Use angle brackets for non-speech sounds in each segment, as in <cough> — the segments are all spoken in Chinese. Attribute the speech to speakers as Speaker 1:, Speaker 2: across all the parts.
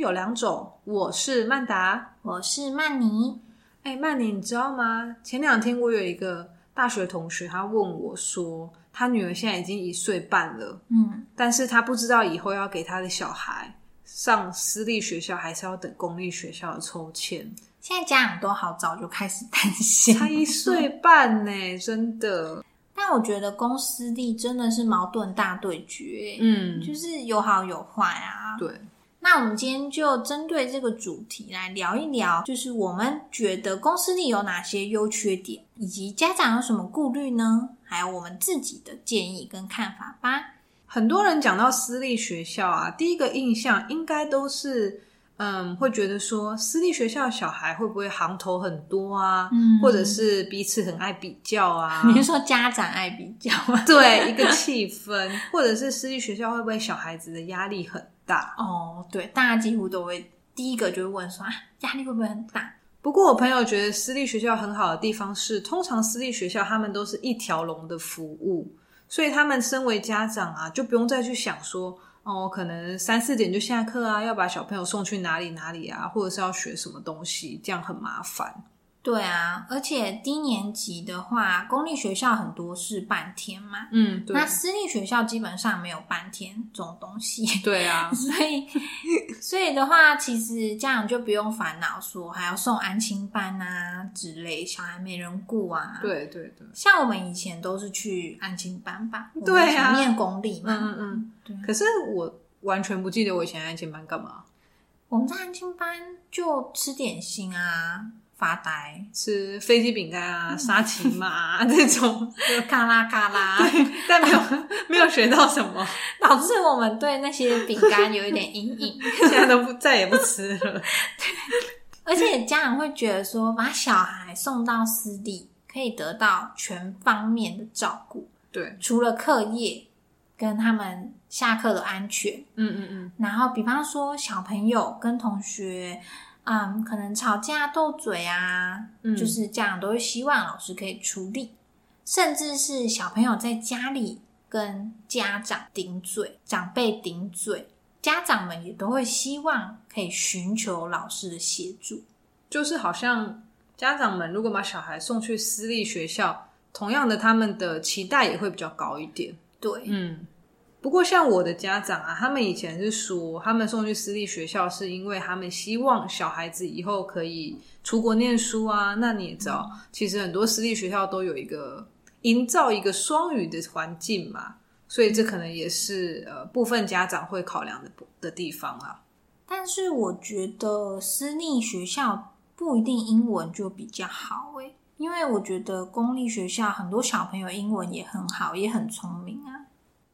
Speaker 1: 有两种。我是曼达，
Speaker 2: 我是曼妮，
Speaker 1: 哎，曼妮，你知道吗？前两天我有一个大学同学，他问我说，他女儿现在已经一岁半了，
Speaker 2: 嗯，
Speaker 1: 但是他不知道以后要给他的小孩上私立学校，还是要等公立学校的抽签。
Speaker 2: 现在家长都好早就开始担
Speaker 1: 才
Speaker 2: 心，
Speaker 1: 一岁半呢、真的，
Speaker 2: 但我觉得公私立真的是矛盾大对决，欸
Speaker 1: 嗯，
Speaker 2: 就是有好有坏啊。
Speaker 1: 对，
Speaker 2: 那我们今天就针对这个主题来聊一聊，就是我们觉得公司里有哪些优缺点，以及家长有什么顾虑呢？还有我们自己的建议跟看法吧。
Speaker 1: 很多人讲到私立学校啊，第一个印象应该都是，嗯，会觉得说私立学校小孩会不会行头很多啊，
Speaker 2: 嗯
Speaker 1: 或者 <laughs> 是彼此很爱比较啊，
Speaker 2: <laughs> 你是说家长爱比较吗？
Speaker 1: 对一个气氛，或者是私立学校会不会小孩子的压力很大？
Speaker 2: 哦，对，大家几乎都会第一个就会问说啊，压力会不会很大？
Speaker 1: 不过我朋友觉得私立学校很好的地方是，通常私立学校他们都是一条龙的服务，所以他们身为家长啊，就不用再去想说。哦，可能三四点就下课啊，要把小朋友送去哪里哪里啊，或者是要学什么东西，这样很麻烦。
Speaker 2: 对啊，而且低年级的话，公立学校很多是半天嘛，
Speaker 1: 嗯，对
Speaker 2: 那，私立学校基本上没有半天这种东西。，
Speaker 1: 对啊
Speaker 2: <laughs> 所以，所以的话，其实家长就不用烦恼说还要送安亲班啊之类，小孩没人顾啊。，
Speaker 1: 对对对，
Speaker 2: 像我们以前都是去安亲班吧，我们
Speaker 1: 对啊
Speaker 2: 以前念公立嘛，
Speaker 1: 嗯嗯嗯。
Speaker 2: 对啊。
Speaker 1: 可是我完全不记得我以前安亲班干嘛，
Speaker 2: 我们在安亲班就吃点心啊，发
Speaker 1: <laughs>
Speaker 2: 呆，
Speaker 1: 吃飞机饼干啊、沙琪玛啊 <laughs> 这种，
Speaker 2: 嘎啦嘎啦，
Speaker 1: 但没有 <laughs> 没有学到什么，
Speaker 2: <laughs> 导致我们对那些饼干有一点阴影。
Speaker 1: 现在都不再也不吃了。
Speaker 2: 而且家长会觉得说，把小孩送到私立，可以得到全方面的照顾。
Speaker 1: 对，
Speaker 2: 除了课业跟他们下课的安全，
Speaker 1: 嗯嗯嗯，
Speaker 2: 然后比方说小朋友跟同学，嗯，可能吵架斗嘴啊，
Speaker 1: 嗯
Speaker 2: 就是家长都会希望老师可以处理，甚至是小朋友在家里跟家长顶嘴、长辈顶嘴，家长们也都会希望可以寻求老师的协助。
Speaker 1: 就是好像家长们如果把小孩送去私立学校，同样的他们的期待也会比较高一点。
Speaker 2: 对，
Speaker 1: 嗯，不过像我的家长啊，他们以前是说，他们送去私立学校是因为他们希望小孩子以后可以出国念书啊。那你也知道，其实很多私立学校都有一个营造一个双语的环境嘛，所以这可能也是呃部分家长会考量的的地方啊啦、
Speaker 2: 但是我觉得私立学校不一定英文就比较好诶、因为我觉得公立学校很多小朋友英文也很好，也很聪明啊。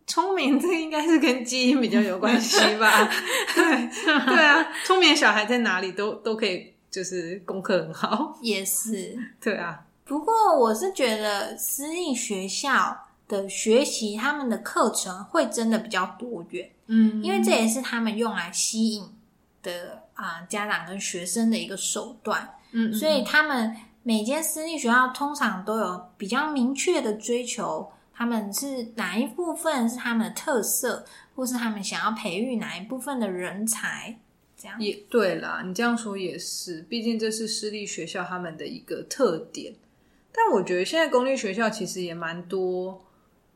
Speaker 1: 聪明，这应该是跟基因比较有关系吧？ <laughs> 对，对啊，聪明的小孩在哪里都都可以，就是功课很好。
Speaker 2: 也是，
Speaker 1: 对啊，
Speaker 2: 不过我是觉得私立学校的学习，他们的课程会真的比较多元，
Speaker 1: 嗯
Speaker 2: 因为这也是他们用来吸引的啊、家长跟学生的一个手段。
Speaker 1: 嗯，
Speaker 2: 所以他们每间私立学校通常都有比较明确的追求，他们是哪一部分是他们的特色，或是他们想要培育哪一部分的人才，这样。
Speaker 1: 也对啦，你这样说也是，毕竟这是私立学校他们的一个特点。但我觉得现在公立学校其实也蛮多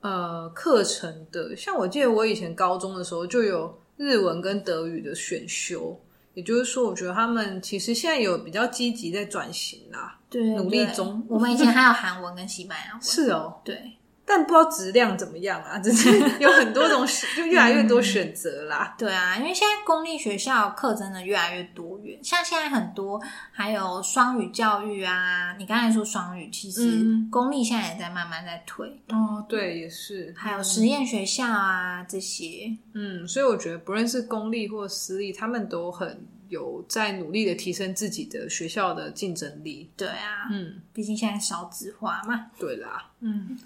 Speaker 1: 呃课程的，像我记得我以前高中的时候就有日文跟德语的选修，也就是说，我觉得他们其实现在有比较积极在转型啦。
Speaker 2: 对，
Speaker 1: 努力中
Speaker 2: 对我们以前还有韩文跟西班牙
Speaker 1: <laughs>
Speaker 2: 文，
Speaker 1: 是哦，
Speaker 2: 对
Speaker 1: 但不知道质量怎么样啊，只是 <laughs> 有很多种选，就越来越多选择啦。
Speaker 2: 对啊，因为现在公立学校课真的越来越多元，像现在很多还有双语教育啊，你刚才说双语，其实
Speaker 1: 嗯
Speaker 2: 公立现在也在慢慢在推，
Speaker 1: 哦，对，也是，
Speaker 2: 还有实验学校啊这些，
Speaker 1: 嗯，所以我觉得不论是公立或私立，他们都很有在努力的提升自己的学校的竞争力。
Speaker 2: 对啊，
Speaker 1: 嗯，
Speaker 2: 毕竟现在少子化嘛。
Speaker 1: 对啦，嗯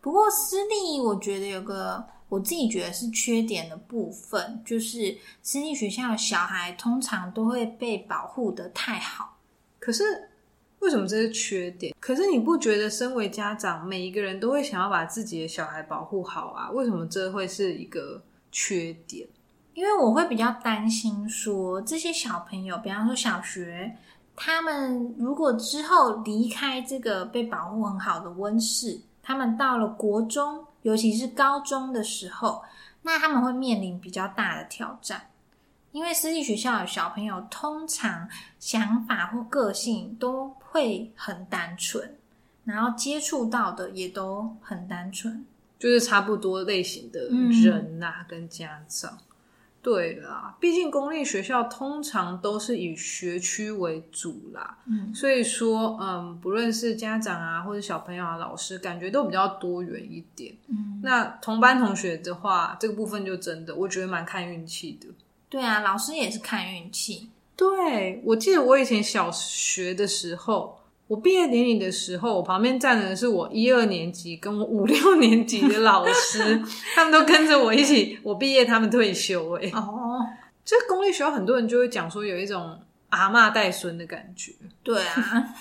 Speaker 2: 不过私立，我觉得有个我自己觉得是缺点的部分，就是私立学校的小孩通常都会被保护的太好。
Speaker 1: 可是为什么这是缺点？可是你不觉得身为家长，每一个人都会想要把自己的小孩保护好啊？为什么这会是一个缺点？
Speaker 2: 因为我会比较担心说，这些小朋友，比方说小学，他们如果之后离开这个被保护很好的温室，他们到了国中，尤其是高中的时候，那他们会面临比较大的挑战。因为私立学校的小朋友通常想法或个性都会很单纯，然后接触到的也都很单纯。
Speaker 1: 就是差不多类型的人呐、跟家长。对啦，毕竟公立学校通常都是以学区为主啦，
Speaker 2: 嗯
Speaker 1: 所以说，嗯，不论是家长啊，或者小朋友啊，老师，感觉都比较多元一点。
Speaker 2: 嗯，
Speaker 1: 那同班同学的话，这个部分就真的，我觉得蛮看运气的。
Speaker 2: 对啊，老师也是看运气。
Speaker 1: 对，我记得我以前小学的时候，我毕业典礼的时候，我旁边站的是我一二年级跟我五 <laughs> 六年级的老师，他们都跟着我一起，我毕业，他们退休、欸。哎，
Speaker 2: 哦，
Speaker 1: 这公立学校很多人就会讲说有一种阿嬷带孙的感觉，<laughs>
Speaker 2: 对啊，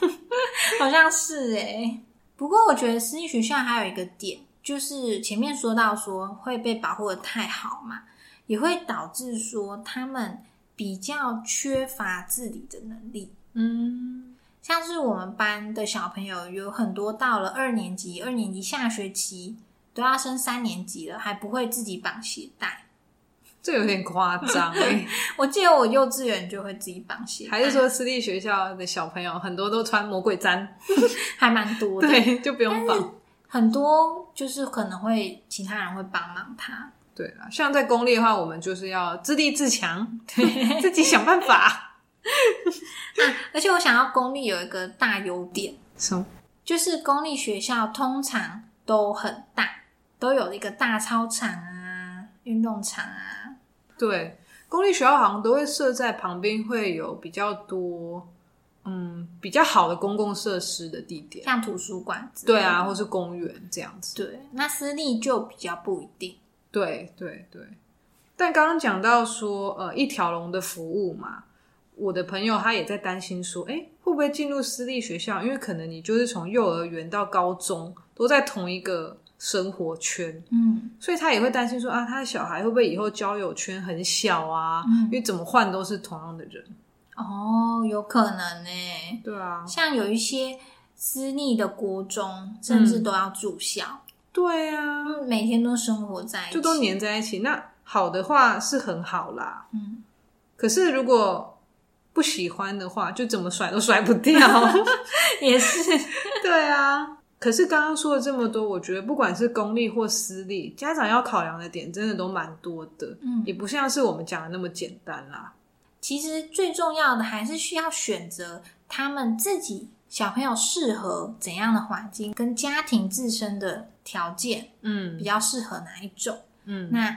Speaker 2: 好像是哎、不过我觉得私立学校还有一个点，就是前面说到说会被保护的太好嘛，也会导致说他们比较缺乏自理的能力。
Speaker 1: 嗯，
Speaker 2: 像是我们班的小朋友有很多到了二年级，二年级下学期都要升三年级了，还不会自己绑鞋带。
Speaker 1: 这有点夸张、欸。
Speaker 2: 我记得我幼稚园就会自己绑鞋带，
Speaker 1: 还是说私立学校的小朋友很多都穿魔鬼毡，
Speaker 2: 还蛮多的。
Speaker 1: 对， <laughs> 就不用绑。
Speaker 2: 很多就是可能会其他人会帮忙他，
Speaker 1: 对啦，像在公立的话，我们就是要自立自强，对自己想办 <laughs> 法。
Speaker 2: 而且我想要公立有一个大优点，
Speaker 1: 什么？
Speaker 2: 就是公立学校通常都很大，都有一个大操场啊、运动场啊。
Speaker 1: 对，公立学校好像都会设在旁边会有比较多，嗯，比较好的公共设施的地点。
Speaker 2: 像图书馆之类的
Speaker 1: 对啊，或是公园这样子。
Speaker 2: 对，那私立就比较不一定。
Speaker 1: 对对对。但刚刚讲到说，呃，一条龙的服务嘛，我的朋友他也在担心说，哎，会不会进入私立学校？因为可能你就是从幼儿园到高中都在同一个生活圈，
Speaker 2: 嗯，
Speaker 1: 所以他也会担心说啊，他的小孩会不会以后交友圈很小啊？
Speaker 2: 嗯
Speaker 1: 因为怎么换都是同样的人。
Speaker 2: 哦，有可能呢、欸
Speaker 1: 对啊，
Speaker 2: 像有一些私立的国中，甚
Speaker 1: 嗯
Speaker 2: 至都要住校，
Speaker 1: 对啊，
Speaker 2: 每天都生活在一起，
Speaker 1: 就都黏在一起。那好的话是很好啦，
Speaker 2: 嗯。
Speaker 1: <laughs> 可是如果不喜欢的话，就怎么甩都甩不掉。
Speaker 2: 也是，
Speaker 1: <laughs> 对啊。可是刚刚说了这么多，我觉得不管是公立或私立，家长要考量的点真的都蛮多的，
Speaker 2: 嗯
Speaker 1: 也不像是我们讲的那么简单啦。
Speaker 2: 其实最重要的还是需要选择他们自己小朋友适合怎样的环境，跟家庭自身的条件
Speaker 1: 嗯
Speaker 2: 比较适合哪一种。
Speaker 1: 嗯，
Speaker 2: 那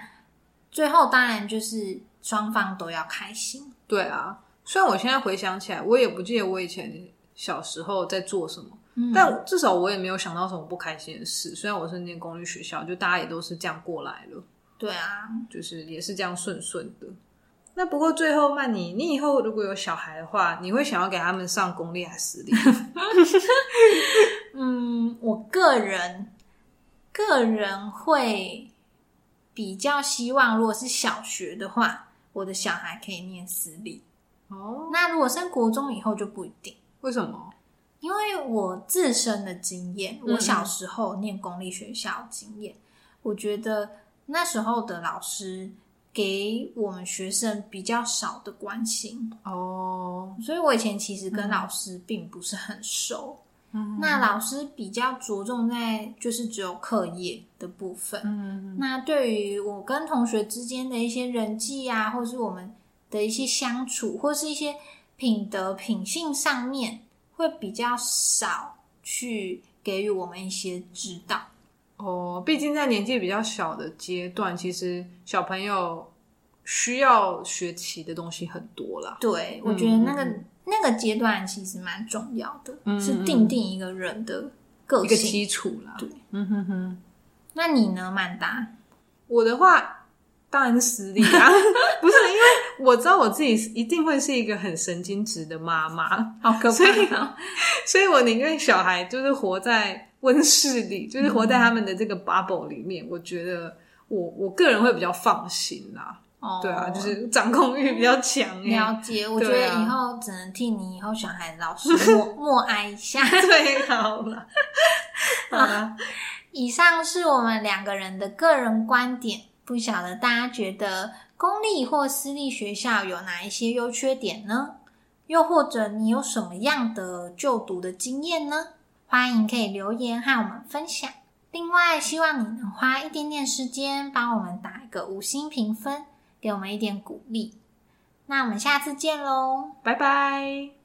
Speaker 2: 最后当然就是双方都要开心。
Speaker 1: 对啊，虽然我现在回想起来，我也不记得我以前小时候在做什么，
Speaker 2: 嗯
Speaker 1: 但至少我也没有想到什么不开心的事。虽然我是念公立学校，就大家也都是这样过来了，
Speaker 2: 对啊，
Speaker 1: 就是也是这样顺顺的。那不过最后，曼妮，你以后如果有小孩的话，你会想要给他们上公立还是私 <laughs> 立？
Speaker 2: 嗯，我个人个人会比较希望，如果是小学的话，我的小孩可以念私立。
Speaker 1: 哦，
Speaker 2: 那如果升国中以后就不一定。
Speaker 1: 为什么？
Speaker 2: 因为我自身的经验，
Speaker 1: 嗯
Speaker 2: 我小时候念公立学校的经验，我觉得那时候的老师给我们学生比较少的关心，
Speaker 1: 哦，
Speaker 2: 所以我以前其实跟
Speaker 1: 嗯
Speaker 2: 老师并不是很熟。
Speaker 1: 嗯
Speaker 2: 那老师比较着重在就是只有课业的部分，
Speaker 1: 嗯
Speaker 2: 那对于我跟同学之间的一些人际啊，或是我们的一些相处，或是一些品德品性上面，会比较少去给予我们一些指导。
Speaker 1: 哦，毕竟在年纪比较小的阶段，其实小朋友需要学习的东西很多啦。
Speaker 2: 对，
Speaker 1: 嗯
Speaker 2: 我觉得那个、
Speaker 1: 嗯
Speaker 2: 那个阶段其实蛮重要的，
Speaker 1: 嗯
Speaker 2: 是定定一个人的个
Speaker 1: 一个
Speaker 2: 性。
Speaker 1: 基础啦。
Speaker 2: 对，
Speaker 1: 嗯哼哼。
Speaker 2: 那你呢，曼达？
Speaker 1: 我的话当然是私立啊， <laughs> 不是因为我知道我自己一定会是一个很神经质的妈妈，
Speaker 2: 好可
Speaker 1: 所以
Speaker 2: 怕、啊！
Speaker 1: 所以我宁愿小孩就是活在温室里，就是活在他们的这个 bubble 里面，我觉得我我个人会比以比较放心啦。
Speaker 2: 哦，
Speaker 1: 对啊，就是掌控欲比较强欸耶。 <laughs>
Speaker 2: 了解。我觉
Speaker 1: 对
Speaker 2: 得
Speaker 1: 啊
Speaker 2: 以后只能替你以后小孩
Speaker 1: <laughs>
Speaker 2: 老师默默哀一下。
Speaker 1: 最好了，好
Speaker 2: 啊
Speaker 1: 了，
Speaker 2: 以上是我们两个人的个人观点，不晓得大家觉得公立或私立学校有哪一些优缺点呢？又或者你有什么样的就读的经验呢？欢迎可以留言和我们分享。另外，希望你能花一点点时间帮我们打一个五星评分，给我们一点鼓励。那我们下次见喽！
Speaker 1: <laughs> 拜拜。